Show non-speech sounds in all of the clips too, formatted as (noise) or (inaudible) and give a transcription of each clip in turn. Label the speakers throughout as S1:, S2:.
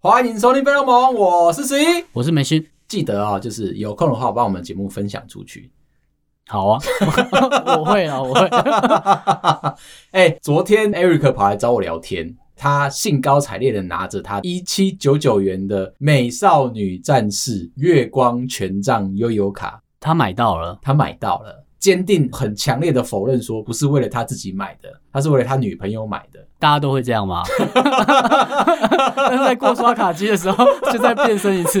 S1: 欢迎收听《飞龙盟》，我是十一。
S2: 我是梅心。
S1: 记得啊、就是有空的话，把我们节目分享出去。 (laughs)
S2: 好啊， (laughs) 我会啊，我会。
S1: 哎、昨天 Eric 跑来找我聊天，他兴高采烈的拿着他一七九九元的美少女战士月光权杖悠悠卡，
S2: 他买到了，
S1: 他买到了，坚定很强烈的否认说不是为了他自己买的，他是为了他女朋友买的。
S2: 大家都会这样吗？但是在过刷卡机的时候， (laughs) 就再变身一次。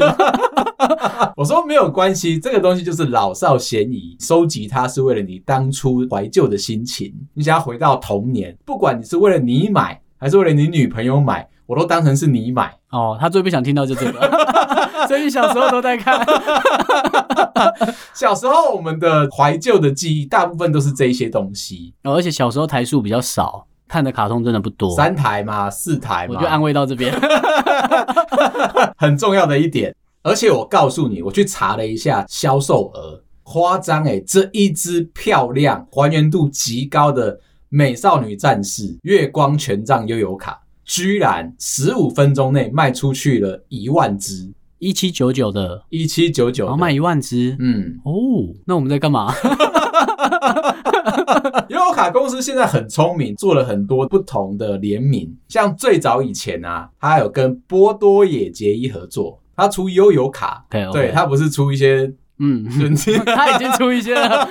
S1: 我说没有关系，这个东西就是老少咸宜，收集它是为了你当初怀旧的心情，你想要回到童年，不管你是为了你买还是为了你女朋友买，我都当成是你买。
S2: 哦，他最不想听到就这个， (laughs) 所以你小时候都在看。
S1: 小时候我们的怀旧的记忆，大部分都是这一些东西，
S2: 哦而且小时候台数比较少，看的卡通真的不多。
S1: 三台嘛，四台
S2: 我就安
S1: 嘛，
S2: 慰到这边。
S1: 很重要的一点。而且我告诉你，我去查了一下销售额，夸张诶，这一支漂亮、还原度极高的美少女战士月光权杖悠游卡，居然十五分钟内卖出去了一万只，
S2: 一七九九的，
S1: 一七九九
S2: 然后卖一万只。
S1: 嗯，
S2: 哦，那我们在干嘛？
S1: 悠游啊卡公司现在很聪明，做了很多不同的联名，像最早以前啊，它还有跟波多野结衣合作，它出悠游卡
S2: OK，OK
S1: 对，它不是出一些
S2: (laughs) 嗯，
S1: 就是
S2: (laughs) 他已经出一些 (laughs) 了。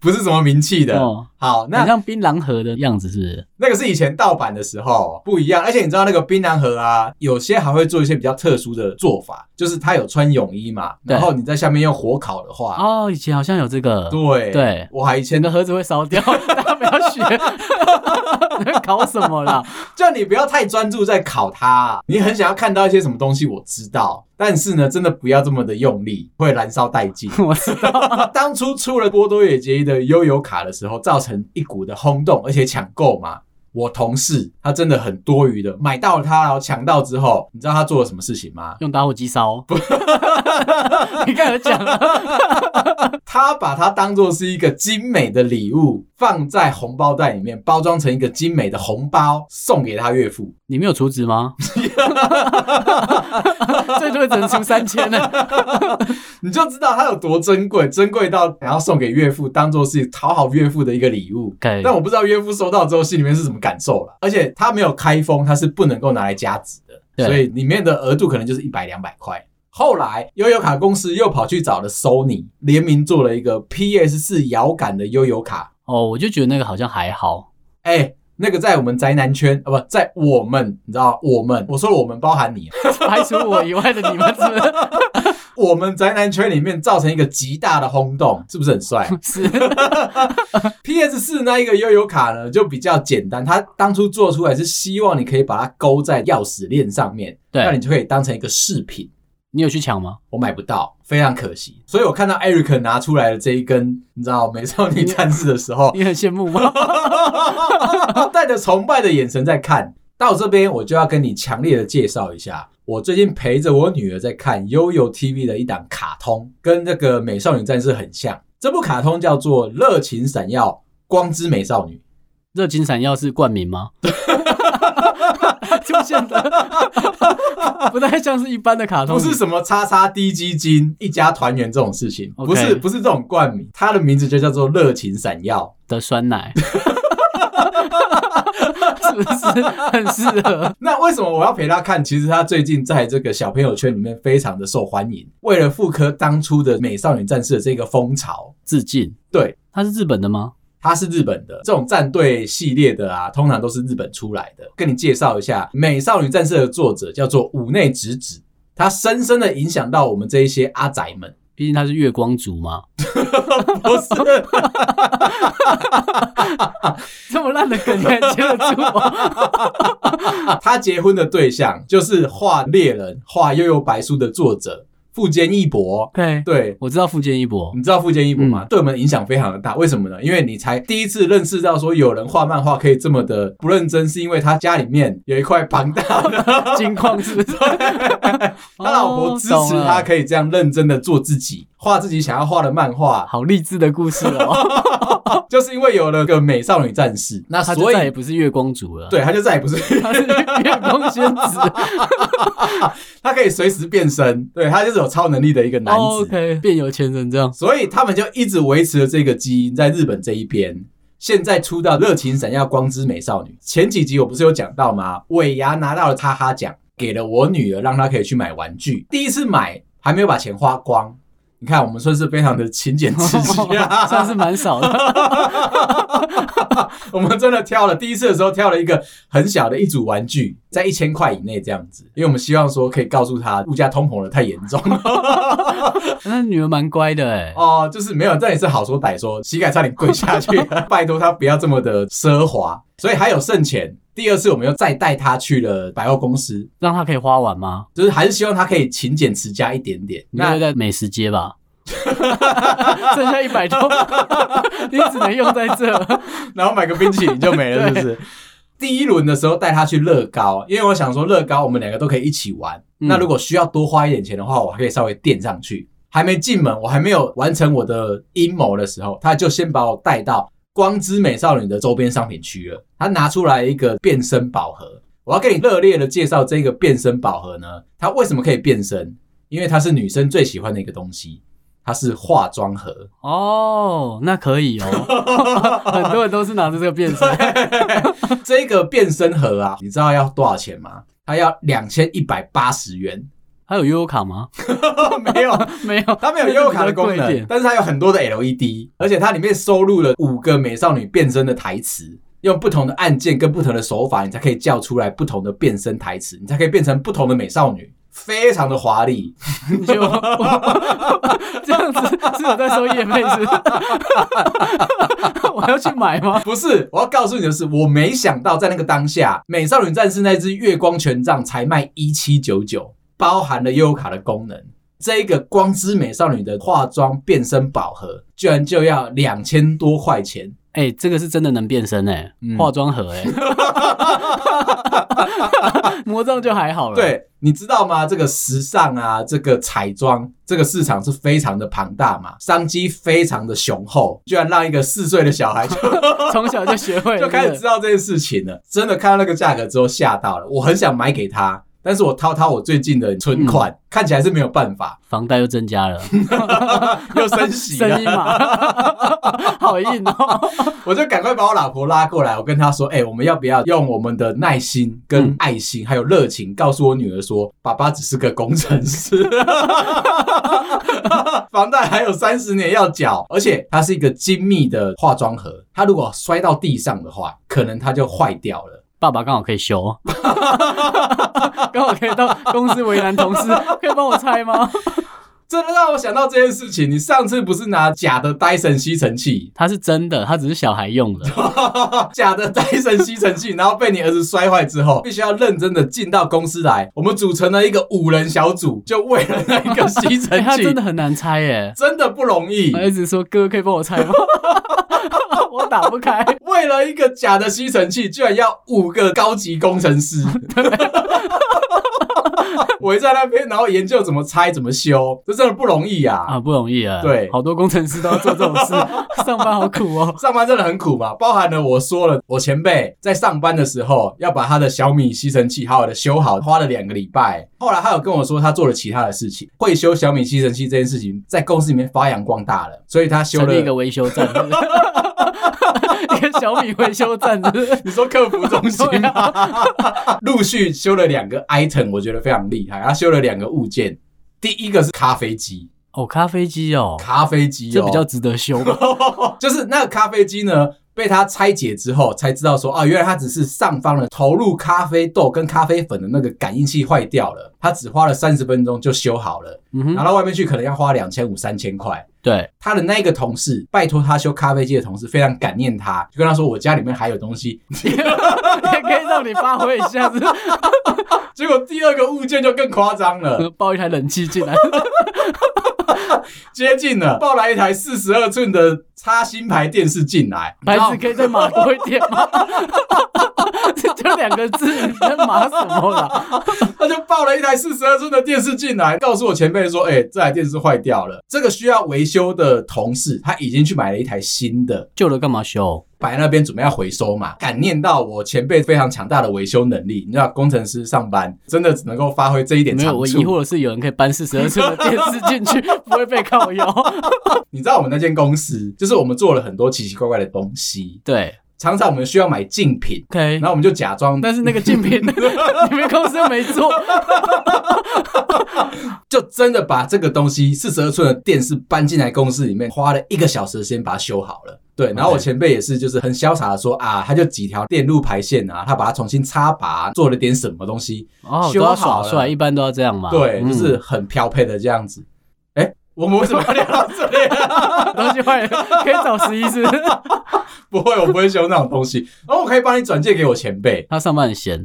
S1: 不是什么名气的。
S2: 哦，
S1: 好，
S2: 很
S1: 那
S2: 像槟榔盒的样子，是不是？
S1: 那个是以前盗版的时候不一样，而且你知道那个槟榔盒啊，有些还会做一些比较特殊的做法，就是它有穿泳衣嘛，
S2: 对
S1: 然后你在下面用火烤的话，
S2: 哦，以前好像有这个。
S1: 对
S2: 对
S1: 我还以前
S2: 整个盒子会烧掉， (laughs) 大家不要学，你在搞什么啦？
S1: 叫你不要太专注在考它啊、你很想要看到一些什么东西，我知道，但是呢，真的不要这么的用力，会燃烧殆尽。
S2: (laughs) 我知道，
S1: 当初出了波多野结衣的悠游卡的时候，造成一股的轰动，而且抢购嘛。我同事他真的很多余的买到了它，然后抢到之后，你知道他做了什么事情吗？
S2: 用打火机烧。 (laughs) 你刚才讲了，
S1: 他把它当做是一个精美的礼物，放在红包袋里面，包装成一个精美的红包，送给他岳父。
S2: (laughs) 你没有储值 (laughs) 吗？最多只能出三千 (laughs) 呢。
S1: 你就知道它有多珍贵，珍贵到想要送给岳父，当做是讨好岳父的一个礼物。
S2: OK，
S1: 但我不知道岳父收到之后心里面是什么感受了，而且它没有开封，它是不能够拿来加值的，
S2: 对
S1: 所以里面的额度可能就是一百两百块。后来悠游卡公司又跑去找了 Sony 联名做了一个 PS 四摇杆的悠游卡，
S2: 哦，我就觉得那个好像还好。
S1: 哎、那个在我们宅男圈啊，不在我们，你知道吗我们，我说了我们包含你，
S2: (laughs)
S1: (laughs)
S2: 排除我以外的你们是 (laughs)
S1: 我们宅男圈里面造成一个极大的轰动，是不是很
S2: (laughs)
S1: 帅？
S2: 不是？是
S1: PS 四那一个悠游卡呢，就比较简单，它当初做出来是希望你可以把它勾在钥匙链上面，
S2: 对
S1: 那你就可以当成一个饰品。
S2: 你有去抢吗？
S1: 我买不到，非常可惜。所以我看到 Eric 拿出来的这一根，你知道美少女战士的时
S2: (laughs)
S1: 候，
S2: 你很羡慕吗？
S1: 带着崇拜的眼神在看。到这边，我就要跟你强烈的介绍一下，我最近陪着我女儿在看悠悠 TV 的一档卡通，跟那个《美少女战士》很像。这部卡通叫做《热情闪耀光之美少女》。
S2: 热金闪耀是冠名吗？ (laughs) 出现的 (laughs) 不太像是一般的卡通，
S1: 不是什么叉叉低基金一家团圆这种事情，
S2: OK
S1: 不是不是这种冠名，它的名字就叫做热情闪耀。
S2: 的酸奶， (laughs) 是不是很适合？
S1: 那为什么我要陪他看？其实他最近在这个小朋友圈里面非常的受欢迎，为了复刻当初的美少女战士的这个风潮，
S2: 致敬，
S1: 对，
S2: 它是日本的吗？
S1: 它是日本的这种战队系列的啊，通常都是日本出来的。跟你介绍一下，《美少女战士》的作者叫做五内直子，他深深的影响到我们这一些阿宅们。
S2: 毕竟它是月光族嘛，
S1: 不是，
S2: 这么烂的梗你还接得住吗？
S1: 他结婚的对象就是画《猎人》、画《悠悠白书》的作者富坚义博，
S2: 对，
S1: 对，
S2: 我知道富坚
S1: (laughs)
S2: 义博
S1: 你，知道富坚义博
S2: 嗯
S1: 吗？对我们影响非常的大，为什么呢？因为你才第一次认识到说有人画漫画可以这么的不认真，是因为他家里面有一块庞大的，
S2: 金矿是不是？
S1: (laughs) 他老婆支
S2: 哦
S1: 持
S2: 懂
S1: 他
S2: 了
S1: 可以这样认真的做自己，画自己想要画的漫画，
S2: 好励志的故事
S1: (laughs)
S2: 哦，
S1: 就是因为有了个美少女战士，那
S2: 他就
S1: 所
S2: 再也
S1: 以
S2: 不是月光族了，，
S1: 对他就再也不是 (laughs)
S2: 他是月光仙子
S1: 他可以随时变身，对他就是有超能力的一 (laughs) 个男子。
S2: 哦，OK，变有钱人
S1: (laughs)
S2: 这样，
S1: 所以他们就一直维持了这个基因在日本这一边。现在出到《热情闪耀光之美少女》，前几集我不是有讲到吗？尾牙拿到了哈哈奖，给了我女儿，让她可以去买玩具。第一次买还没有把钱花光，你看我们算是非常的勤俭持啊家，
S2: (laughs) 算是蛮少的，
S1: 我们真的挑了第一次的时候挑了一个很小的一组玩具，在一千块以内这样子，因为我们希望说可以告诉她物价通膨的太严重了。
S2: 那女儿蛮乖的哎，
S1: 哦、就是没有，这也是好说歹说，膝盖差点跪下去，拜托他不要这么的奢华，所以还有剩钱。第二次我们又再带他去了百货公司，
S2: 让她可以花完吗？
S1: 就是还是希望他可以勤俭持家一点点。
S2: 你会
S1: 那
S2: 在美食街吧？ (laughs) 剩下一百多，你只能用在这。
S1: 然后买个冰淇淋就没了，是不是？第一轮的时候带他去乐高，因为我想说乐高我们两个都可以一起玩。
S2: 嗯
S1: 那如果需要多花一点钱的话，我还可以稍微垫上去。还没进门，我还没有完成我的阴谋的时候，他就先把我带到光之美少女的周边商品区了。他拿出来一个变身宝盒，我要跟你热烈的介绍这个变身宝盒呢，它为什么可以变身？因为它是女生最喜欢的一个东西，它是化妆盒。
S2: 哦，那可以哦， (laughs) 很多人都是拿着这个变身。
S1: 这个变身盒啊，你知道要多少钱吗？它要两千一百八十元，
S2: 还有悠悠卡吗？
S1: 没有，
S2: (laughs) 哦没有，
S1: (laughs) 它没有 U 卡的功
S2: 那就比较贵一
S1: 能
S2: 点，
S1: 但是它有很多的 LED，而且它里面收录了五个美少女变身的台词，用不同的按键跟不同的手法，你才可以叫出来不同的变身台词，你才可以变成不同的美少女，非常的华丽。
S2: 你就 (laughs) 这样子是有在收夜配是 (laughs) 不是我要去买吗？
S1: 不是，我要告诉你的是，我没想到在那个当下，美少女战士那只月光权杖才卖一七九九，包含了悠游卡的功能。这一个光之美少女的化妆变身宝盒，居然就要两千多块钱。
S2: 哎、这个是真的能变身哎、
S1: 嗯
S2: 化妆 (laughs) 盒哎、魔杖就还好了。，
S1: 对，你知道吗？这个时尚啊，这个彩妆，这个市场是非常的庞大嘛，商机非常的雄厚，居然让一个四岁的小孩就
S2: 从小就学会
S1: (laughs)
S2: 了，
S1: 就开
S2: 对
S1: 始
S2: 不
S1: 知
S2: 对
S1: 道这件事情了。真的看到那个价格之后吓到了，我很想买给他，但是我掏掏我最近的存
S2: 嗯
S1: 款，看起来是没有办
S2: (laughs)
S1: 法，
S2: 房贷又增加了，
S1: 又升息
S2: 生
S1: 了
S2: 意，嘛， (laughs) 好硬哦。
S1: 我就赶快把我老婆拉过来，我跟她说：“哎、我们要不要用我们的耐心、跟
S2: 嗯
S1: 爱心，还有热情，告诉我女儿说，爸爸只是个工程师， (laughs) 房贷还有三十年要缴，而且它是一个精密的化妆盒，它如果摔到地上的话，可能它就坏掉了。”
S2: 爸爸刚好可以修，哦 (laughs) 刚好可以到公司为难同事，可以帮我拆吗？
S1: 真的让我想到这件事情。你上次不是拿假的 Dyson 吸尘器， (laughs)
S2: 他是真的，他只是小孩 (laughs) 用的。
S1: 假的 Dyson 吸尘器，然 (laughs) 后被你儿子摔坏之后，必须要认真的进到公司来。我们组成了一个五人小组，就为了那一个吸
S2: (laughs) 哎、
S1: 尘
S2: 他
S1: 器，
S2: 真的很难拆耶。
S1: 真的不容易。
S2: 他一直说：“哥，可以帮我拆吗？” (laughs) 我打不开，
S1: 为了一个假的吸尘器，居然要五个高级工程
S2: (laughs)
S1: 师。 (laughs) 围在那边，然后研究怎么拆、怎么修，这真的不容易啊！
S2: 啊，不容易啊。
S1: 对
S2: 好多工程师都要做这种
S1: (laughs)
S2: 事，上班好苦哦。
S1: 上班真的很苦嘛，包含了我说了，我前辈在上班的时候要把他的小米吸尘器好好的修好，花了两个礼拜。后来他有跟我说，他做了其他的事情，会修小米吸尘器这件事情在公司里面发扬光大了，所以他修
S2: 成
S1: 了
S2: 立一个维修站，是不是 (laughs) 一个小米维修站，是不是
S1: 你说客服中
S2: (laughs)
S1: 心吗？
S2: 啊
S1: (laughs) 陆续修了两个 item，我觉得非常厉害。他修了两个物件，第一个是咖啡机，
S2: 哦，咖啡机哦，
S1: 咖啡机、哦、
S2: 这比较值得修吧？
S1: 就是那个咖啡机呢，被他拆解之后才知道说，啊，原来它只是上方的投入咖啡豆跟咖啡粉的那个感应器坏掉了，他只花了三十分钟就修好了，
S2: 嗯
S1: 拿
S2: 哼，
S1: 到外面去可能要花两千五三千块。
S2: 对，
S1: 他的那个同事拜托他修咖啡机的同事非常感念他，就跟他说我家里面还有东西。
S2: 也可以让你发挥一 (laughs) 下，是不是
S1: 结果第二个物件就更夸张了，
S2: 抱一台冷气进来，
S1: 接近了，抱来一台四十二寸的插新牌电视进来，你
S2: 牌
S1: 知道
S2: 子可以再码多一点吗？ (laughs) 这就两个字，你在码什么啦？
S1: 他就抱了一台四十二寸的电视进来，告诉我前辈说：“哎、这台电视坏掉了，这个需要维修的同事他已经去买了一台新的，
S2: 旧的干嘛修？
S1: 摆在那边准备要回收嘛。”感念到我前辈非常强大的维修能力，你知道工程师上班真的只能够发挥这一点
S2: 没
S1: 长
S2: 有，
S1: 处。
S2: 我疑惑的是有人可以搬四十二寸的电视进去，不会被靠腰。
S1: 你知道我们那间公司，就是我们做了很多奇奇怪怪的东西，
S2: (laughs) 对
S1: 常常我们需要买竞品，
S2: ，OK
S1: 然。后我们就假装，
S2: 但是那个竞品， (laughs) 你们公司没做，
S1: 就真的把这个东西四十二寸的电视搬进来公司里面，花了一个小时的时间把它修好了。对，然后我
S2: OK
S1: 前辈也是，就是很潇洒的说啊，他就几条电路排线啊，他把它重新插拔，做了点什么东西，
S2: 哦，
S1: 修
S2: 都要
S1: 好
S2: 耍
S1: 了
S2: 帅，一般都要这样嘛。
S1: 对，
S2: 嗯
S1: 就是很漂配的这样子。哎、啊我们为什么要聊到这里、啊？
S2: 东西坏了可以找十一师，
S1: 不 (laughs) 会，我不会修那种东西。然后我可以帮你转借给我前辈，
S2: (laughs) 他上班很闲，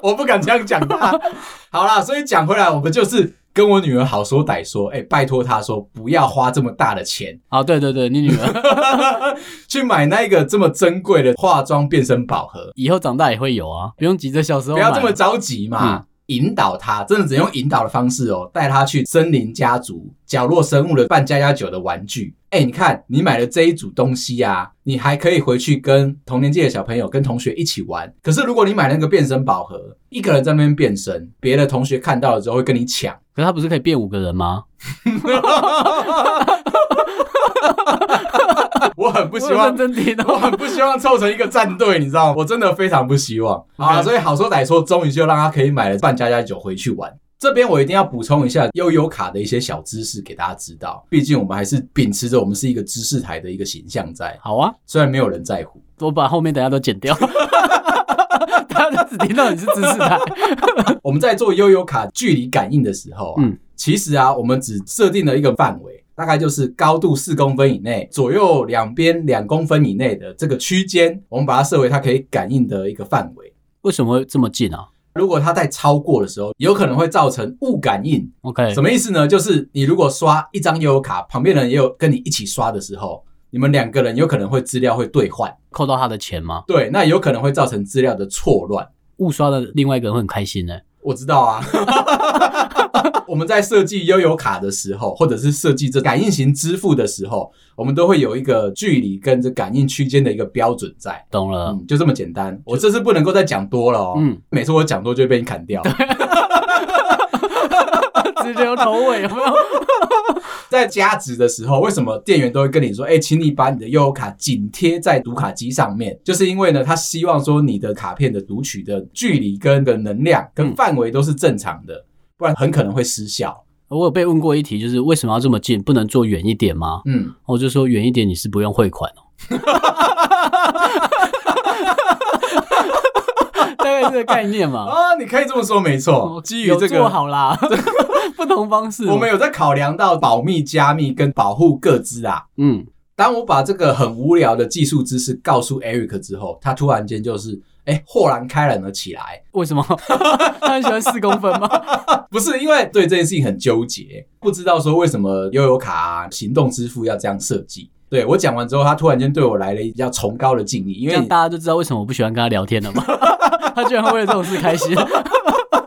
S1: (laughs) 我不敢这样讲他。好啦，所以讲回来，我们就是跟我女儿好说歹说，哎、拜托她说不要花这么大的钱
S2: 哦，对对对，你女儿
S1: (laughs) 去买那个这么珍贵的化妆变身宝盒，
S2: (laughs) 以后长大也会有啊，不用急着小时候
S1: 不
S2: 买
S1: 要这么着急嘛。
S2: 嗯
S1: 引导她，真的只能用引导的方式哦，带她去森林家族、角落生物的扮家家酒的玩具。哎、你看，你买了这一组东西啊，你还可以回去跟同年纪的小朋友、跟同学一起玩。可是如果你买那个变身宝盒，一个人在那边变身，别的同学看到了之后会跟你
S2: (laughs)
S1: 抢。
S2: 可是他不是可以变五个人吗？
S1: 我很不希
S2: 我有
S1: 望
S2: 认，真听
S1: (laughs) 我
S2: 哦。
S1: 很不希望凑成一个战队，你知道吗？我真的非常不希望。好啊，所以好说歹说，终于就让他可以买了半家家酒回去玩。这边我一定要补充一下悠悠卡的一些小知识给大家知道，毕竟我们还是秉持着我们是一个知识台的一个形象在，
S2: 好啊，
S1: 虽然没有人在乎。 (laughs)
S2: 我把后面等下都剪 (laughs) 掉。他只听到你是知识台， (laughs)
S1: 我们在做悠悠卡距离感应的时候、啊，
S2: 嗯
S1: 其实啊，我们只设定了一个范围，大概就是高度四公分以内，左右两边两公分以内的这个区间，我们把它设为它可以感应的一个范围。
S2: 为什么会这么近啊
S1: 如果它在超过的时候，有可能会造成误感应。
S2: ？OK，
S1: 什么意思呢？就是你如果刷一张悠游卡，旁边人也有跟你一起刷的时候，你们两个人有可能会资料会兑换，
S2: 扣到他的钱吗？
S1: 对，那有可能会造成资料的错乱。
S2: 误刷的另外一个人会很开心呢、
S1: 我知道啊。 (laughs) 我们在设计悠游卡的时候，或者是设计这感应型支付的时候，我们都会有一个距离跟这感应区间的一个标准在。
S2: 懂了，
S1: 嗯，就这么简单。我这次不能够再讲多了哦。
S2: 嗯，
S1: 每次我讲多就会被你砍掉。
S2: (laughs) 直接有头尾有没有？
S1: 在加值的时候，为什么店员都会跟你说：“哎、请你把你的悠游卡紧贴在读卡机上面？”就是因为呢，他希望说你的卡片的读取的距离跟的能量跟
S2: 嗯
S1: 范围都是正常的，不然很可能会失效。
S2: 我有被问过一题，就是为什么要这么近？不能坐远一点吗？
S1: 嗯，
S2: 我就说远一点，你是不用汇款 (laughs) 哦。大概这个概念嘛。
S1: 啊，你可以这么说，没嗯错。嗯基于
S2: 有
S1: 这
S2: 做
S1: 个，
S2: 好 (laughs) 啦，不同方式嘛。
S1: 我们有在考量到保密、加密跟保护各自啊。
S2: 嗯，
S1: 当我把这个很无聊的技术知识告诉 Eric 之后，他突然间就是哎、豁然开朗了起来。
S2: 为什么 (laughs) 他很喜欢四公分吗？
S1: 不是因为对这件事情很纠结，不知道说为什么悠游卡啊、行动支付要这样设计。对我讲完之后，他突然间对我来了比较崇高的敬意， (laughs) 因
S2: 这
S1: 为
S2: 样大家就知道为什么我不喜欢跟他聊天了嘛。 (laughs) 他居然会为了这种事开心。 (laughs)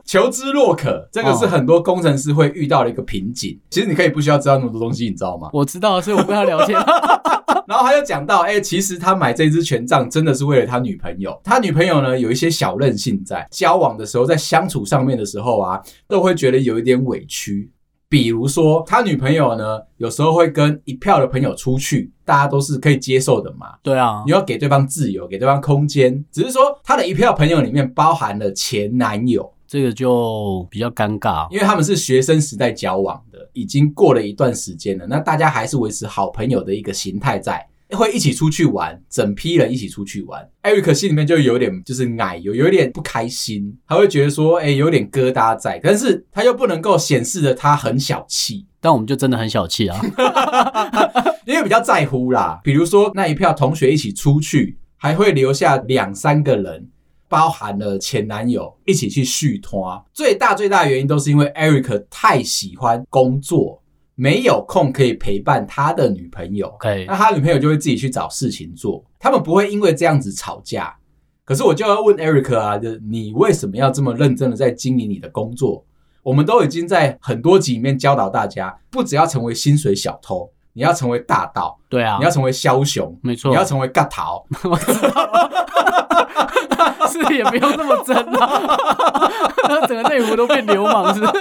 S1: 求知若渴，这
S2: 哦
S1: 个是很多工程师会遇到的一个瓶颈。其实你可以不需要知道那么多东西，你知道吗？
S2: 我知道，所以我跟他
S1: (laughs)
S2: 聊天。
S1: 然后他就讲到，哎、其实他买这支权杖真的是为了他女朋友。他女朋友呢有一些小任性在，交往的时候，在相处上面的时候啊，都会觉得有一点委屈。比如说，他女朋友呢，有时候会跟一票的朋友出去，大家都是可以接受的嘛。
S2: 对啊
S1: 你，要给对方自由，给对方空间。只是说，他的一票朋友里面包含了前男友，
S2: 这个就比较尴尬。
S1: 因为他们是学生时代交往的，已经过了一段时间了，那大家还是维持好朋友的一个形态在。会一起出去玩，整批人一起出去玩。Eric 心里面就有点就是奶油，有有点不开心，他会觉得说，哎、有点疙瘩在，但是他又不能够显示的他很小气，
S2: 但我们就真的很小气啊。
S1: (laughs) 因为比较在乎啦。比如说那一票同学一起出去，还会留下两三个人，包含了前男友一起去续拖。最大最大的原因都是因为 Eric 太喜欢工作，没有空可以陪伴他的女朋友，
S2: ，OK，
S1: 那他女朋友就会自己去找事情做，他们不会因为这样子吵架。可是我就要问 Eric 啊，就是你为什么要这么认真的在经营你的工作？我们都已经在很多集里面教导大家，不只要成为薪水小偷，你要成为大盗，
S2: 对啊
S1: 你，要成为枭雄，
S2: 没错，
S1: 你要成为尬逃。
S2: (laughs) 是也不用那么真 (laughs) 啊，整个内湖都变流氓是 (laughs) 不是，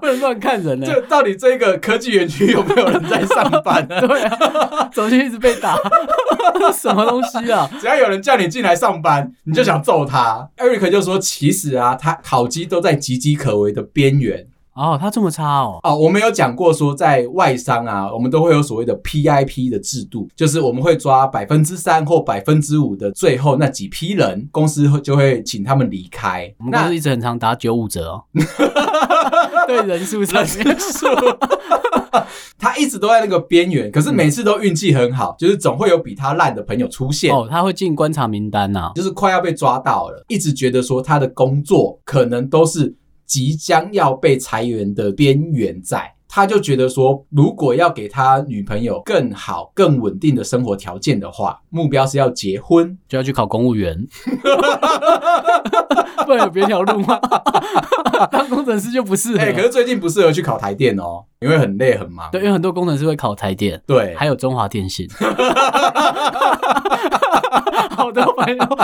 S2: 不能乱看人呢、欸
S1: 这到底这个科技园区有没有人在上班呢？ (laughs)
S2: 对啊，走进去一直被打， (laughs) 什么东西啊？
S1: 只要有人叫你进来上班，你就想揍他。Eric 就说，其实啊，他烤鸡都在岌岌可危的边缘。
S2: 哦，他这么差哦，
S1: 哦，我们有讲过说，在外商啊，我们都会有所谓的 PIP 的制度，就是我们会抓百分之三或百分之五的最后那几批人，公司会就会请他们离开。
S2: 我们公
S1: 那
S2: 司一直很常打九五折
S1: (laughs)
S2: 哦，对人数上面
S1: 是，他一直都在那个边缘，可是每次都运气很好，就是总会有比他烂的朋友出现。
S2: 哦，他会进观察名单呐、
S1: 就是快要被抓到了，一直觉得说他的工作可能都是即将要被裁员的边缘在。他就觉得说，如果要给他女朋友更好、更稳定的生活条件的话，目标是要结婚。
S2: 就要去考公务员， (laughs) 不然有别条路吗？ (laughs) 当工程师就不适合
S1: 哎、可
S2: 了，
S1: 是最近不适合去考台电哦，因为很累很忙。
S2: 啊对，因为很多工程师会考台电，
S1: 对，
S2: 还有中华电信。 (laughs) 好的朋友，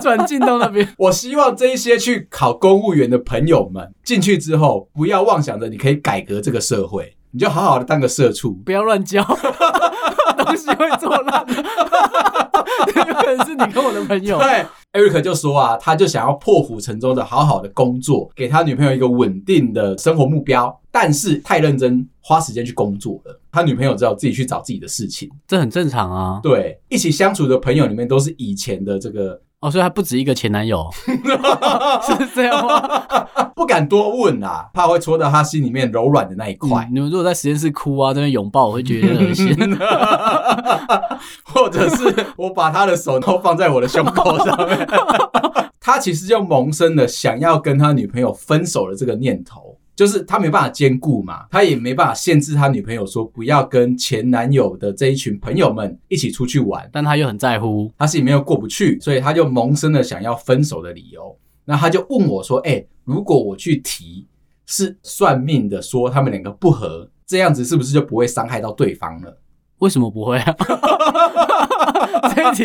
S2: 转进到那边，
S1: 我希望这一些去考公务员的朋友们进去之后，不要妄想着你可以改革这个社会，你就好好的当个社畜。
S2: 不要乱教， (laughs) 东西会做烂。有 (laughs) 可能是你跟我的朋友，
S1: 对，Eric 就说啊，他就想要破釜沉舟的好好的工作，给他女朋友一个稳定的生活目标，但是太认真花时间去工作了，他女朋友只好自己去找自己的事情。
S2: 这很正常啊。
S1: 对，一起相处的朋友里面都是以前的这个，
S2: 哦，所以他不止一个前
S1: (laughs)
S2: 男友，是这样吗？
S1: 啊不敢多问啊，怕会戳到他心里面柔软的那一块。
S2: 嗯你们如果在实验室哭啊，这边拥抱，我会觉得有点恶心。
S1: 嗯或者是我把他的手都放在我的胸口上面。他其实就萌生了想要跟他女朋友分手的这个念头，就是他没办法兼顾嘛，他也没办法限制他女朋友说不要跟前男友的这一群朋友们一起出去玩，
S2: (laughs) 但他又很在乎，
S1: 他心里面又过不去，所以他就萌生了想要分手的理由。那他就问我说：“哎、如果我去提，是算命的说他们两个不合，这样子是不是就不会伤害到对方了？”
S2: 为什么
S1: (laughs)
S2: 不会啊？这一题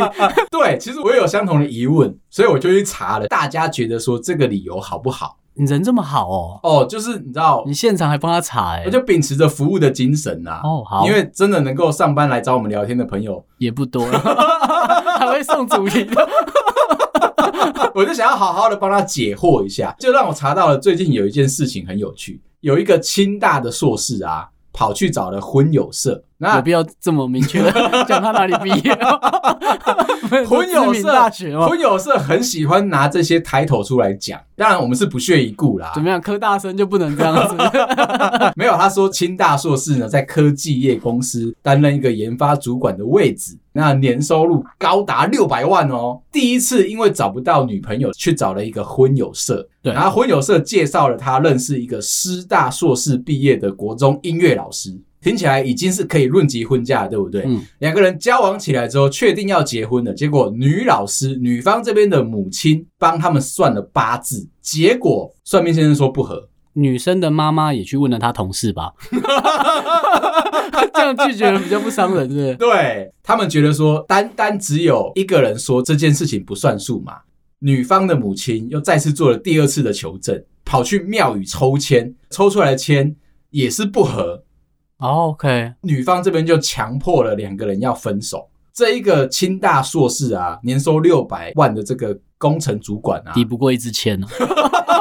S1: 对，其实我也有相同的疑问，所以我就去查了，大家觉得说这个理由好不好？
S2: 你人这么好哦，
S1: 哦，就是你知道
S2: 你，现场还帮他查、欸，
S1: 我就秉持着服务的精神啊。
S2: 哦好
S1: 因为真的能够上班来找我们聊天的朋友， (laughs)
S2: 也不多了，还会送主题的。
S1: 我就想要好好的帮他解惑一下，就让我查到了最近有一件事情很有趣，有一个清大的硕士啊，跑去找了婚友社，那
S2: 有必要这么明
S1: (laughs)
S2: 确的讲他哪里毕业吗？ (laughs)
S1: 婚友
S2: 知名
S1: 社
S2: 大学哦吗？
S1: 婚友社很喜欢拿这些抬头出来讲，当然我们是不屑一顾啦
S2: 怎。么样？科大生就不能这样子？
S1: (laughs) 没有，他说清大硕士呢，在科技业公司担任一个研发主管的位置，那年收入高达六百万哦。第一次因为找不到女朋友，去找了一个婚友社，
S2: 对
S1: 然后婚友社介绍了他认识一个师大硕士毕业的国中音乐老师。听起来已经是可以论及婚嫁了，对不对？
S2: 嗯
S1: 两个人交往起来之后，确定要结婚了。结果女老师女方这边的母亲帮他们算了八字，结果算命先生说不合，
S2: 女生的妈妈也去问了她同事吧， (laughs) 这样拒绝人比较不伤人，是不是？
S1: 对他们觉得说，单单只有一个人说这件事情不算数嘛。女方的母亲又再次做了第二次的求证，跑去庙宇抽签，抽出来的签也是不合，
S2: 哦，OK，
S1: 女方这边就强迫了两个人要分手。这一个清大硕士啊，年收六百万的这个工程主管啊，
S2: 抵不过一支签哦， (laughs)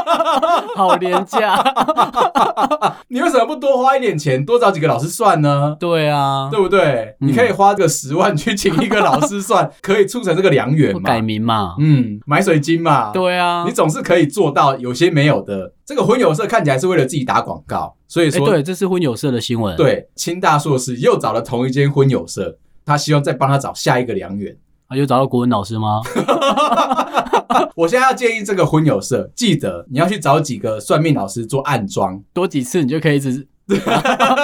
S2: 好廉价。
S1: 你为什么不多花一点钱，多找几个老师算呢？
S2: 对啊，
S1: 对不对？
S2: 嗯
S1: 你可以花这个十万去请一个老师算，
S2: (laughs)
S1: 可以促成这个良缘
S2: 我
S1: 嘛
S2: 改？名嘛。
S1: 嗯，买水晶嘛，
S2: 对啊，
S1: 你总是可以做到有些没有的。这个婚友社看起来是为了自己打广告，所以
S2: 哎，
S1: 说、
S2: 对，这是婚友社的新闻。，
S1: 对清大硕士又找了同一间婚友社，他希望再帮他找下一个良缘。
S2: 啊，有找到国文老师吗？
S1: 我现在要建议这个婚友社，记得你要去找几个算命老师做暗装， (laughs)
S2: 多几次你就可以一直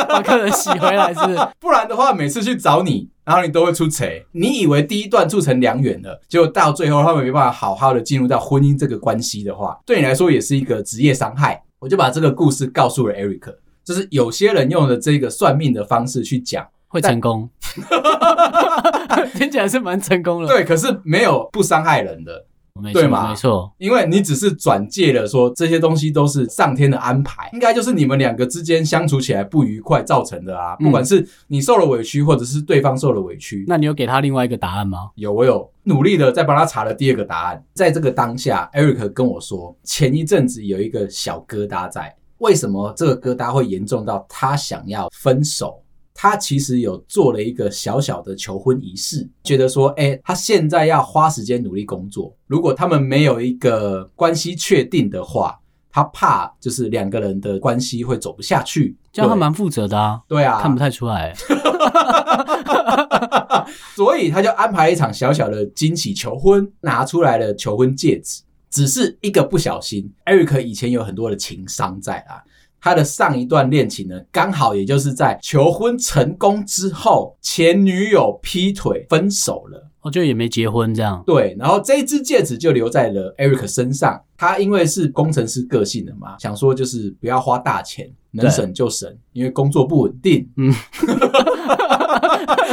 S2: 把客人洗回来是不是？
S1: 不然的话，每次去找你，然后你都会出贼。你以为第一段促成良缘了，结果到最后他们没办法好好的进入到婚姻这个关系的话，对你来说也是一个职业伤害。我就把这个故事告诉了 Eric，就是有些人用的这个算命的方式去讲，
S2: 会成功， (laughs) 听起来是蛮成功了。
S1: 对，可是没有不伤害人的。
S2: 没
S1: 对
S2: 错，
S1: 嘛
S2: 没错，
S1: 因为你只是转介了说这些东西都是上天的安排，应该就是你们两个之间相处起来不愉快造成的啊。
S2: 嗯
S1: 不管是你受了委屈，或者是对方受了委屈，
S2: 那你有给他另外一个答案吗？
S1: 有我有努力的在帮他查了第二个答案。在这个当下，Eric 跟我说，前一阵子有一个小疙瘩在，为什么这个疙瘩会严重到他想要分手？他其实有做了一个小小的求婚仪式，觉得说，哎、他现在要花时间努力工作，如果他们没有一个关系确定的话，他怕就是两个人的关系会走不下去。
S2: 这样他
S1: 对
S2: 蛮负责的啊，
S1: 对啊，
S2: 看不太出来。
S1: 所以他就安排一场小小的惊喜求婚，拿出来了求婚戒指。只是一个不小心，Eric 以前有很多的情伤在啊。他的上一段恋情呢，刚好也就是在求婚成功之后，前女友劈腿分手了。
S2: 我哦就也没结婚这样，
S1: 对，然后这一只戒指就留在了 Eric 身上。他因为是工程师个性的嘛，想说就是不要花大钱，能
S2: 对
S1: 省就省，因为工作不稳定。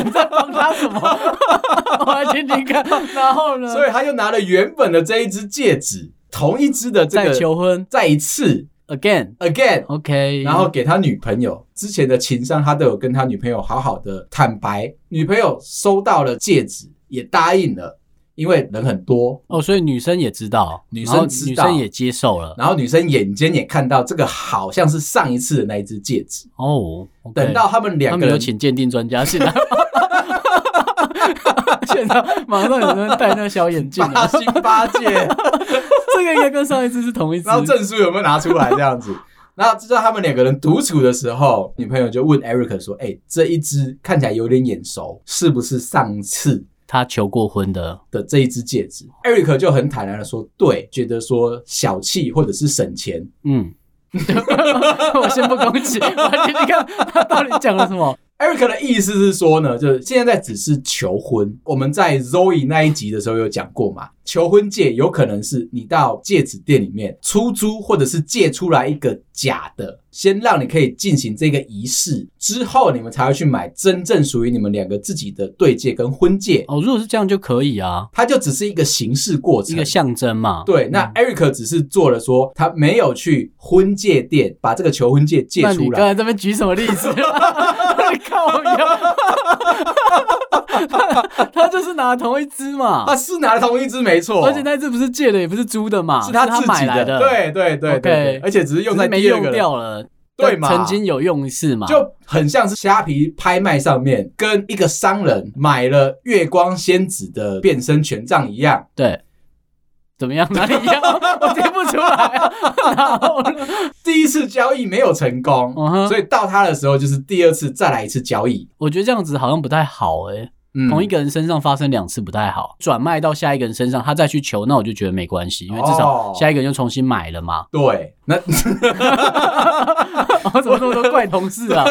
S2: 你在帮 (laughs) 他什么？ (laughs) 我来听听看。然后呢？
S1: 所以他就拿了原本的这一只戒指，同一只的这
S2: 再
S1: 个
S2: 求婚
S1: 再一次
S2: again。
S1: again，
S2: OK，
S1: 然后给他女朋友之前的情商，他都有跟他女朋友好好的坦白。女朋友收到了戒指，也答应了，因为人很多，
S2: 哦，所以女生也知道，
S1: 女
S2: 然
S1: 生
S2: 后
S1: 知
S2: 女
S1: 道
S2: 生也接受了。
S1: 然后女生眼尖也看到这个好像是上一次的那一只戒指。
S2: 哦，
S1: 等到他们
S2: 他
S1: 两个
S2: 们有
S1: 人
S2: 请鉴定专家进来。 (laughs) 现在马上有人戴那个小眼镜、
S1: 八 (laughs)
S2: 啊，
S1: 心八
S2: (laughs)
S1: 戒，
S2: 这个应该跟上一次是同一只
S1: 然。后证书有没有拿出来这样子？然后就在他们两个人独处的时候，女朋友就问 Eric 说：“哎、这一只看起来有点眼熟，是不是上次
S2: 他求过婚的，
S1: 的这一只戒指，Eric 就很坦然的说，对，觉得说小气或者是省钱。
S2: 嗯， (laughs) 我先不攻击，我听听看他到底讲了什么。
S1: Eric 的意思是说呢，就是现在只是求婚。我们在 Zoe 那一集的时候有讲过嘛，求婚戒有可能是你到戒指店里面出租，或者是借出来一个假的，先让你可以进行这个仪式，之后你们才会去买真正属于你们两个自己的对戒跟婚戒。
S2: 哦，如果是这样就可以啊，
S1: 它就只是一个形式过程，
S2: 一个象征嘛。
S1: 对，那 Eric 只是做了说他没有去婚戒店把这个求婚戒借
S2: 那你
S1: 出
S2: 刚
S1: 来，
S2: 才这边举什么例子？ (laughs) 靠腰， (laughs) 他他就是拿同一只嘛
S1: 他，是拿了同一只没错，
S2: 而且那只不是借的，也不是租的嘛，
S1: 是
S2: 他
S1: 自
S2: 买
S1: 己
S2: 来的。
S1: 对对对对
S2: OK
S1: 对，而且只是用
S2: 只
S1: 在
S2: 是没
S1: 第二
S2: 用
S1: 个人，
S2: 掉了，
S1: 对
S2: 但
S1: 嘛？
S2: 曾经有用一次嘛，
S1: 就很像是虾皮拍卖上面跟一个商人买了月光仙子的变身权杖一样，
S2: 对，怎么样？哪里
S1: (laughs)
S2: 一样？我听不出来 (laughs) 啊。然后呢
S1: 第一次交易没有成功
S2: 嗯哼
S1: 所以到他的时候就是第二次再来一次交易。
S2: 我觉得这样子好像不太好诶、
S1: 嗯
S2: 同一个人身上发生两次不太好，转卖到下一个人身上，他再去求，那我就觉得没关系，因为至
S1: 哦
S2: 少下一个人又重新买
S1: (laughs)
S2: 了嘛。
S1: 对，那哦
S2: 我、怎么那么多怪同事啊？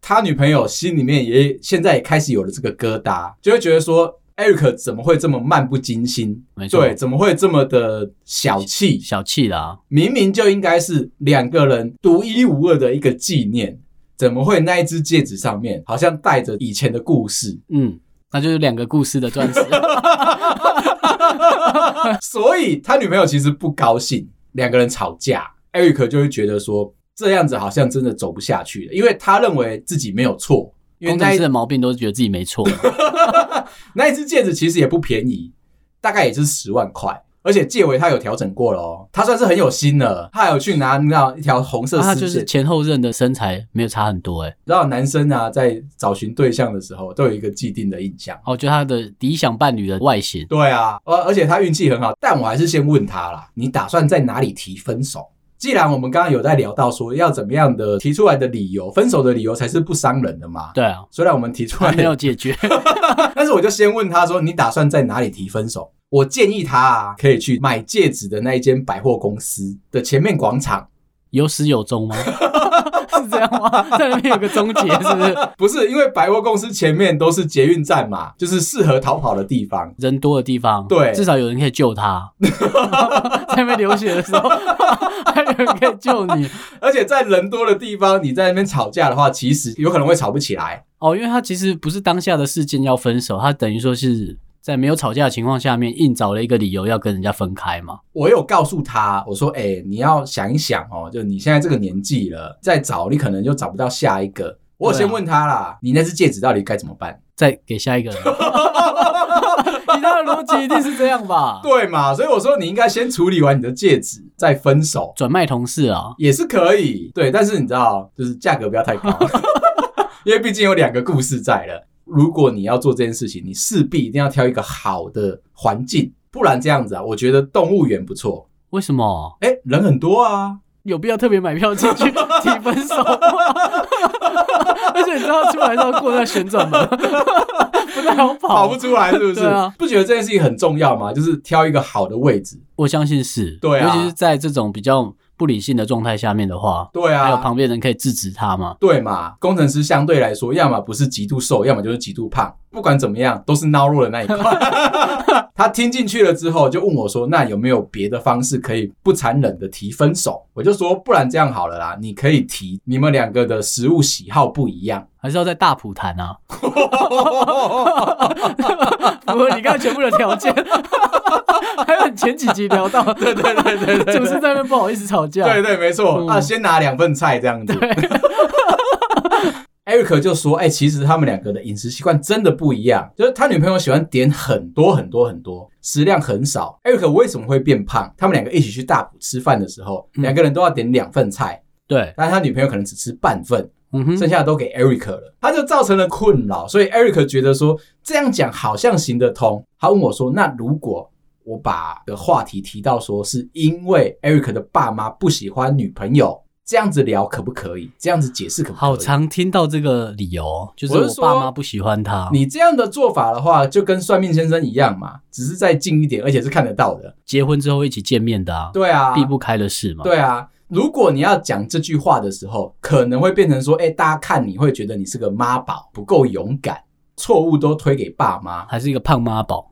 S1: 他女朋友心里面也现在也开始有了这个疙瘩，就会觉得说 Eric 怎么会这么漫不经心？
S2: 没错，
S1: 对，怎么会这么的小气？
S2: 小气啦，
S1: 明明就应该是两个人独一无二的一个纪念，怎么会那一只戒指上面好像带着以前的故事？ (laughs)
S2: 嗯，那就是两个故事的钻石。
S1: 所以他女朋友其实不高兴，两个人吵架，Eric 就会觉得说这样子好像真的走不下去了，因为他认为自己没有错， (laughs) 因为
S2: 工
S1: 那
S2: 程
S1: 一
S2: 师的毛病都是觉得自己
S1: (laughs)
S2: 没错，
S1: 那一只戒指其实也不便宜，大概也就是十万块。而且戒围他有调整过了哦，他算是很有心了，他还有去拿那一条红色
S2: 他
S1: 丝
S2: 啊就
S1: 线
S2: 是。前后任的身材没有差很多诶、欸
S1: 你知道男生啊，在找寻对象的时候都有一个既定的印象。
S2: 哦，就他的理想伴侣的外形。
S1: 对啊，而而且他运气很好，但我还是先问他啦，你打算在哪里提分手？既然我们刚刚有在聊到说要怎么样的提出来的理由，分手的理由才是不伤人的嘛。
S2: 对啊，
S1: 虽然我们提出来
S2: 还没有解
S1: (laughs)
S2: 决。
S1: 但是我就先问他说：“你打算在哪里提分手？”我建议他啊，可以去买戒指的那一间百货公司的前面广场。 (laughs)
S2: 有始有终吗？是这样吗？在那边有个终结，是不是？
S1: 不是因为百货公司前面都是捷运站嘛，就是适合逃跑的地方。
S2: 人多的地方，
S1: 对
S2: 至少有人可以
S1: (laughs)
S2: 救他。 (laughs) 在那边流血的时候， (laughs) 还有人可以救你
S1: 而且在人多的地方，你在那边吵架的话，其实有可能会吵不起来。
S2: 哦，因为他其实不是当下的事件要分手，他等于说是在没有吵架的情况下面，硬找了一个理由要跟人家分开嘛。
S1: 我有告诉他，我说：“哎、你要想一想哦，就你现在这个年纪了，再找你可能就找不到下一个。”我有
S2: 对啊
S1: 先问他啦，你那只戒指到底该怎么办？
S2: 再给下一个人， (laughs) 你他的逻辑一定是这样吧？
S1: 对嘛？所以我说你应该先处理完你的戒指，再分手
S2: 转卖同事啊，
S1: 也是可以。对，但是你知道，就是价格不要太
S2: (laughs)
S1: 高，因为毕竟有两个故事在了。如果你要做这件事情，你势必一定要挑一个好的环境，不然这样子啊，我觉得动物园不错。
S2: 为什么
S1: 哎、人很多啊，
S2: 有必要特别买票进去 (laughs) 提分手吗？ (laughs) 而且你知道出来之后过那旋转门， (laughs) 不太好
S1: 跑
S2: 跑。
S1: 不出来是不是？
S2: 哦 (laughs) 对啊
S1: 不觉得这件事情很重要吗？就是挑一个好的位置。
S2: 我相信是，
S1: 对啊
S2: 尤其是在这种比较不理性的状态下面的话，
S1: 对
S2: 还有
S1: 啊，
S2: 旁边人可以制止他嘛。
S1: 对嘛，工程师相对来说，要么不是极度瘦，要么就是极度胖，不管怎么样，都是孬弱的那一
S2: (laughs)
S1: 块。他听进去了之后，就问我说：“那有没有别的方式可以不残忍的提分手？”我就说：“不然这样好了啦，你可以提你们两个的食物喜好不一样。 (laughs)
S2: 还是要在大埔谈啊， (laughs) 符合你刚才全部的条件。 (laughs) 还有你前几集聊到， (laughs) 对对对对总是在那边不好意思吵架。
S1: 对对，没错。
S2: 嗯
S1: 那、先拿两份菜这样
S2: (laughs)
S1: 子。
S2: 对
S1: Eric 就说：“哎、其实他们两个的饮食习惯真的不一样，就是他女朋友喜欢点很多很多很多，食量很少。Eric 为什么会变胖？他们两个一起去大埔吃饭的时候，
S2: 嗯
S1: 两、个人都要点两份菜，
S2: 对，
S1: 但是他女朋友可能只吃半份，
S2: 嗯哼，
S1: 剩下的都给 Eric 了，他就造成了困扰。所以 Eric 觉得说这样讲好像行得通。他问我说：那如果我把的话题提到说是因为 Eric 的爸妈不喜欢女朋友，这样子聊可不可以？这样子解释可不可以？
S2: 好常听到这个理由哦，就是
S1: 我是
S2: 我
S1: 说
S2: 爸妈不喜欢他。
S1: 你这样的做法的话，就跟算命先生一样嘛，只是再近一点，而且是看得到的。
S2: 结婚之后一起见面的啊，
S1: 对啊，
S2: 避不开的事嘛。
S1: 对啊。如果你要讲这句话的时候，可能会变成说，哎、大家看你会觉得你是个妈宝，不够勇敢，错误都推给爸妈。
S2: 还是一个胖妈宝，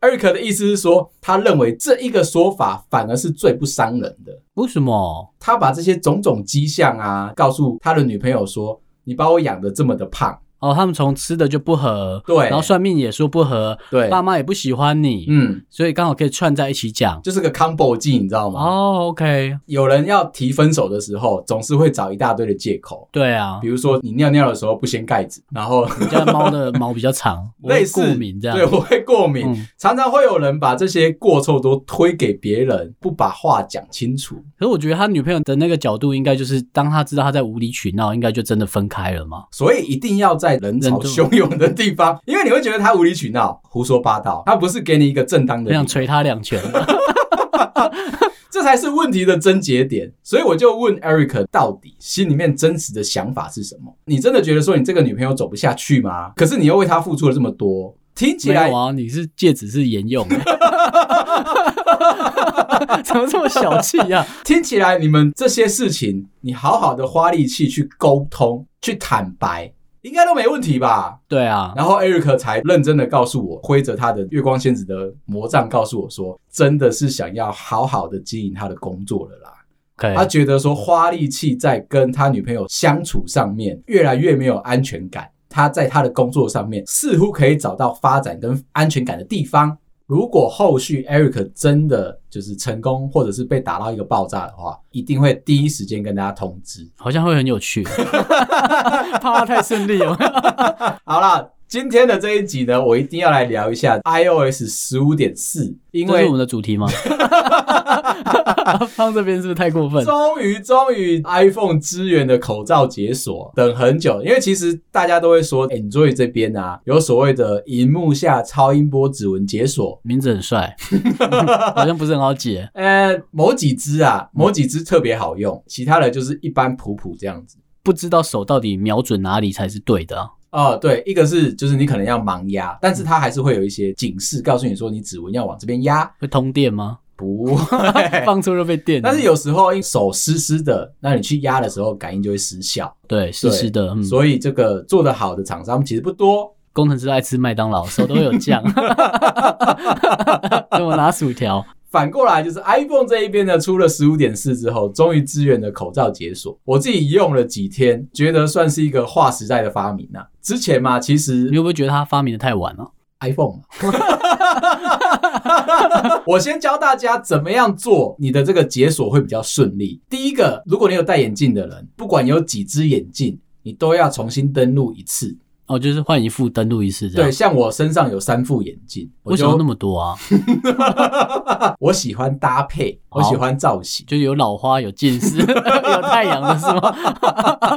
S1: Eric 的意思是说，他认为这一个说法反而是最不伤人的。
S2: 为什么？
S1: 他把这些种种迹象啊，告诉他的女朋友说：“你把我养得这么的胖。
S2: 哦，他们从吃的就不合，
S1: 对
S2: 然后算命也说不合，”
S1: 对，
S2: 爸妈也不喜欢你，
S1: 嗯，
S2: 所以刚好可以串在一起讲。
S1: 就是个 combo 技，你知道吗？
S2: 哦，OK，
S1: 有人要提分手的时候，总是会找一大堆的借口，
S2: 对啊
S1: 比，如说你尿尿的时候不掀盖子，然后
S2: 你家的猫的毛比较长，我
S1: (laughs)
S2: 会
S1: 类似
S2: 过敏这样。
S1: 对，我会过敏。
S2: 嗯
S1: 常常会有人把这些过错都推给别人，不把话讲清楚。
S2: 可是我觉得他女朋友的那个角度，应该就是当他知道他在无理取闹，应该就真的分开了嘛。
S1: 所以一定要在人潮
S2: 人多
S1: 汹涌的地方，因为你会觉得他无理取闹、胡说八道，他不是给你一个正当的
S2: 我
S1: 理由
S2: 想，捶他
S1: (laughs)
S2: 两拳。啊
S1: 这才是问题的症结点。所以我就问 Eric 到底心里面真实的想法是什么？你真的觉得说你这个女朋友走不下去吗？可是你又为她付出了这么多，听起
S2: 没
S1: 来
S2: 有啊，你是戒指是
S1: (laughs)
S2: 沿用、怎么这么小气啊呀、
S1: 听起来你们这些事情，你好好的花力气去沟通、去坦白，应该都没问题吧？
S2: 对啊，
S1: 然后 Eric 才认真的告诉我，挥着他的月光仙子的魔杖告诉我说，真的是想要好好的经营他的工作了啦。
S2: 可以
S1: 他觉得说花力气在跟他女朋友相处上面越来越没有安全感，他在他的工作上面似乎可以找到发展跟安全感的地方。如果后续 Eric 真的就是成功，或者是被打到一个爆炸的话，一定会第一时间跟大家通知。
S2: 好像会很有
S1: (laughs)
S2: 趣，怕他太顺利哦了。
S1: 好啦，今天的这一集呢，我一定要来聊一下 iOS 十五点四， (laughs) 因
S2: 这是
S1: 为
S2: 我们的主题吗？
S1: (laughs)
S2: 放这边是不是太过分？
S1: 终于，终于 iPhone 支援的口罩解锁，等很久，因为其实大家都会说诶，Android 这边啊，有所谓的荧幕下超音波指纹解锁。
S2: (laughs) 名字
S1: (laughs)
S2: 很帅，好像不是很好解。
S1: 呃，某几支
S2: 嗯
S1: 啊，某几支特别好用，其他的就是一般普普这样子。
S2: 不知道手到底瞄准哪里才是对的啊、
S1: 哦，对，一个是就是你可
S2: (laughs)
S1: 能要盲压，但是它还是会有一些警示，告诉你说你指纹要往这边压，
S2: 会通电吗？
S1: 不会。
S2: 放错就被电了。
S1: 但是有时候因为手湿湿的，那你去压的时候感应就会失效，
S2: 对湿湿的，嗯，
S1: 所以这个做得好的厂商其实不多。
S2: 工程师都爱吃麦当劳，手都会有酱， (laughs) 跟我拿薯条。
S1: 反过来就是 iPhone 这一边呢，出了十五点四之后，终于支援了口罩解锁。我自己用了几天，觉得算是一个划时代的发明啊。之前嘛，其实
S2: 你会不会觉得他发明的太晚了、
S1: iPhone 嘛。 (laughs) 我先教大家怎么样做，你的这个解锁会比较顺利。第一个，如果你有戴眼镜的人，不管有几只眼镜，你都要重新登录一次。
S2: 哦，就是换一副登录一次这样
S1: 对，。像我身上有三副眼镜，我
S2: 为什么那
S1: 就
S2: 么多啊？
S1: 我喜欢搭配，我喜欢造型。
S2: 就是有老花，有近视， (laughs) 有太阳的是 (laughs) 吗？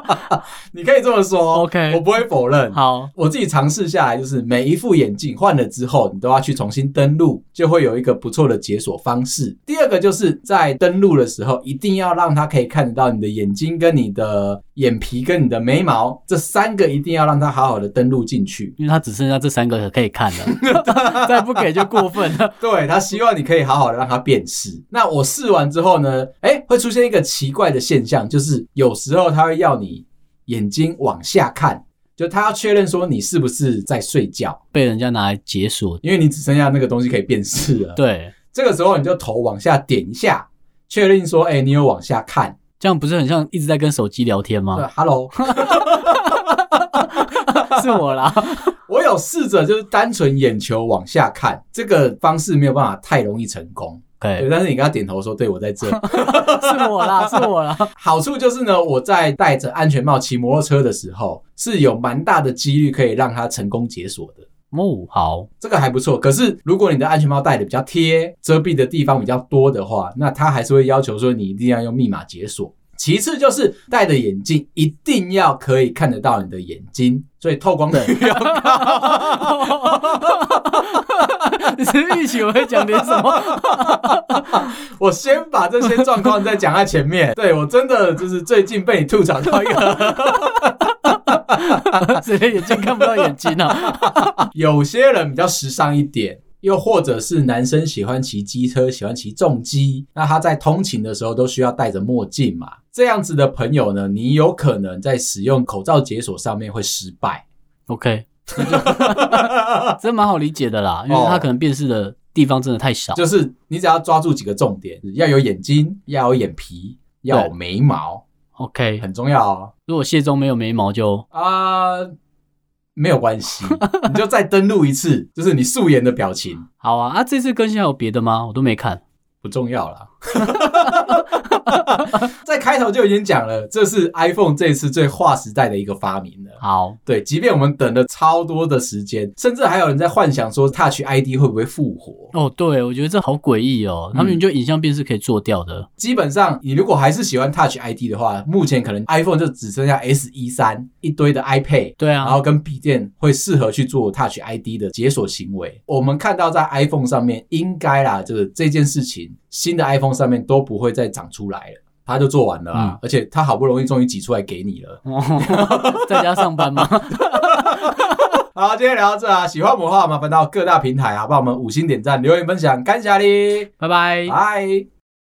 S1: 你可以这么说
S2: OK
S1: 我不会否认。
S2: 好，
S1: 我自己尝试下来，就是每一副眼镜换了之后，你都要去重新登录，就会有一个不错的解锁方式。第二个就是在登录的时候，一定要让它可以看得到你的眼睛、跟你的眼皮、跟你的眉毛，这三个一定要让它好好的登录进去。
S2: 因为他只剩下这三个可以看了， (laughs) 再不给就过分了。
S1: 对他希望你可以好好的让它辨识。那我试完之后呢，哎，会出现一个奇怪的现象，就是有时候他会要你眼睛往下看，就他要确认说你是不是在睡觉。
S2: 被人家拿来解锁。
S1: 因为你只剩下那个东西可以辨识
S2: (laughs)
S1: 了。，
S2: 对，
S1: 这个时候你就头往下点一下，确定说，哎、你有往下看。
S2: 这样不是很像一直在跟手机聊天
S1: 对
S2: 吗？
S1: ，Hello，
S2: 是我啦，
S1: 我有试着就是单纯眼球往下看，这个方式没有办法太容易成功。对，
S2: (laughs) 对，
S1: 但是你跟他点头说，对我在这。
S2: (laughs) 是我啦，是我 (laughs) 啦。
S1: 好处就是呢，我在戴着安全帽骑摩托车的时候，是有蛮大的几率可以让它成功解锁的。
S2: 哦，好， (laughs)
S1: 这个还不错，可是如果你的安全帽戴的比较贴，遮蔽的地方比较多的话，那它还是会要求说你一定要用密码解锁。其次就是戴的眼镜一定要可以看得到你的眼睛，所以透光的
S2: 你是不是预期我会讲点什么？ (laughs)
S1: 我先把这些状况再讲在前面。对我真的就是最近被你吐槽到一个，
S2: 谁的眼睛看不到眼睛啊？ (laughs)
S1: 有些人比较时尚一点。又或者是男生喜欢骑机车，喜欢骑重机，那他在通勤的时候都需要戴着墨镜嘛？这样子的朋友呢，你有可能在使用口罩解锁上面会失败。
S2: ？OK，这蛮好理解的啦，因为他可能辨识的地方真的太少。
S1: 就是你只要抓住几个重点，要有眼睛，要有眼皮，要有眉毛，
S2: OK，
S1: 很重要哦。
S2: 如果卸妆没有眉毛就
S1: 啊、没有关系，你就再登录一次，就是你素颜的表情
S2: 好啊。啊，这次更新还有别的吗？我都没看。
S1: 不重要啦。 (laughs) 在开头就已经讲了，这是 iPhone 这次最划时代的一个发明了。
S2: 好，
S1: 对，即便我们等了超多的时间，甚至还有人在幻想说 Touch ID 会不会复活。
S2: 哦，对，我觉得这好诡异哦。他们就影像辨识可以做掉的。
S1: 基本上，你如果还是喜欢 Touch ID 的话，目前可能 iPhone 就只剩下 S 一三一堆的 iPad，
S2: 对
S1: 然
S2: 啊，
S1: 后跟笔电会适合去做 Touch ID 的解锁行为。我们看到在 iPhone 上面，应该啦，就是这件事情，新的 iPhone 上面都不会再长出来了。它就做完了啊，
S2: 嗯
S1: 而且它好不容易终于挤出来给你了。
S2: 哦 (laughs) 在家上班吗？
S1: 好，今天聊到这啊，喜欢我们的话，麻烦到各大平台啊，帮我们五星点赞、留言、分享，感谢你，
S2: 拜拜。
S1: 拜。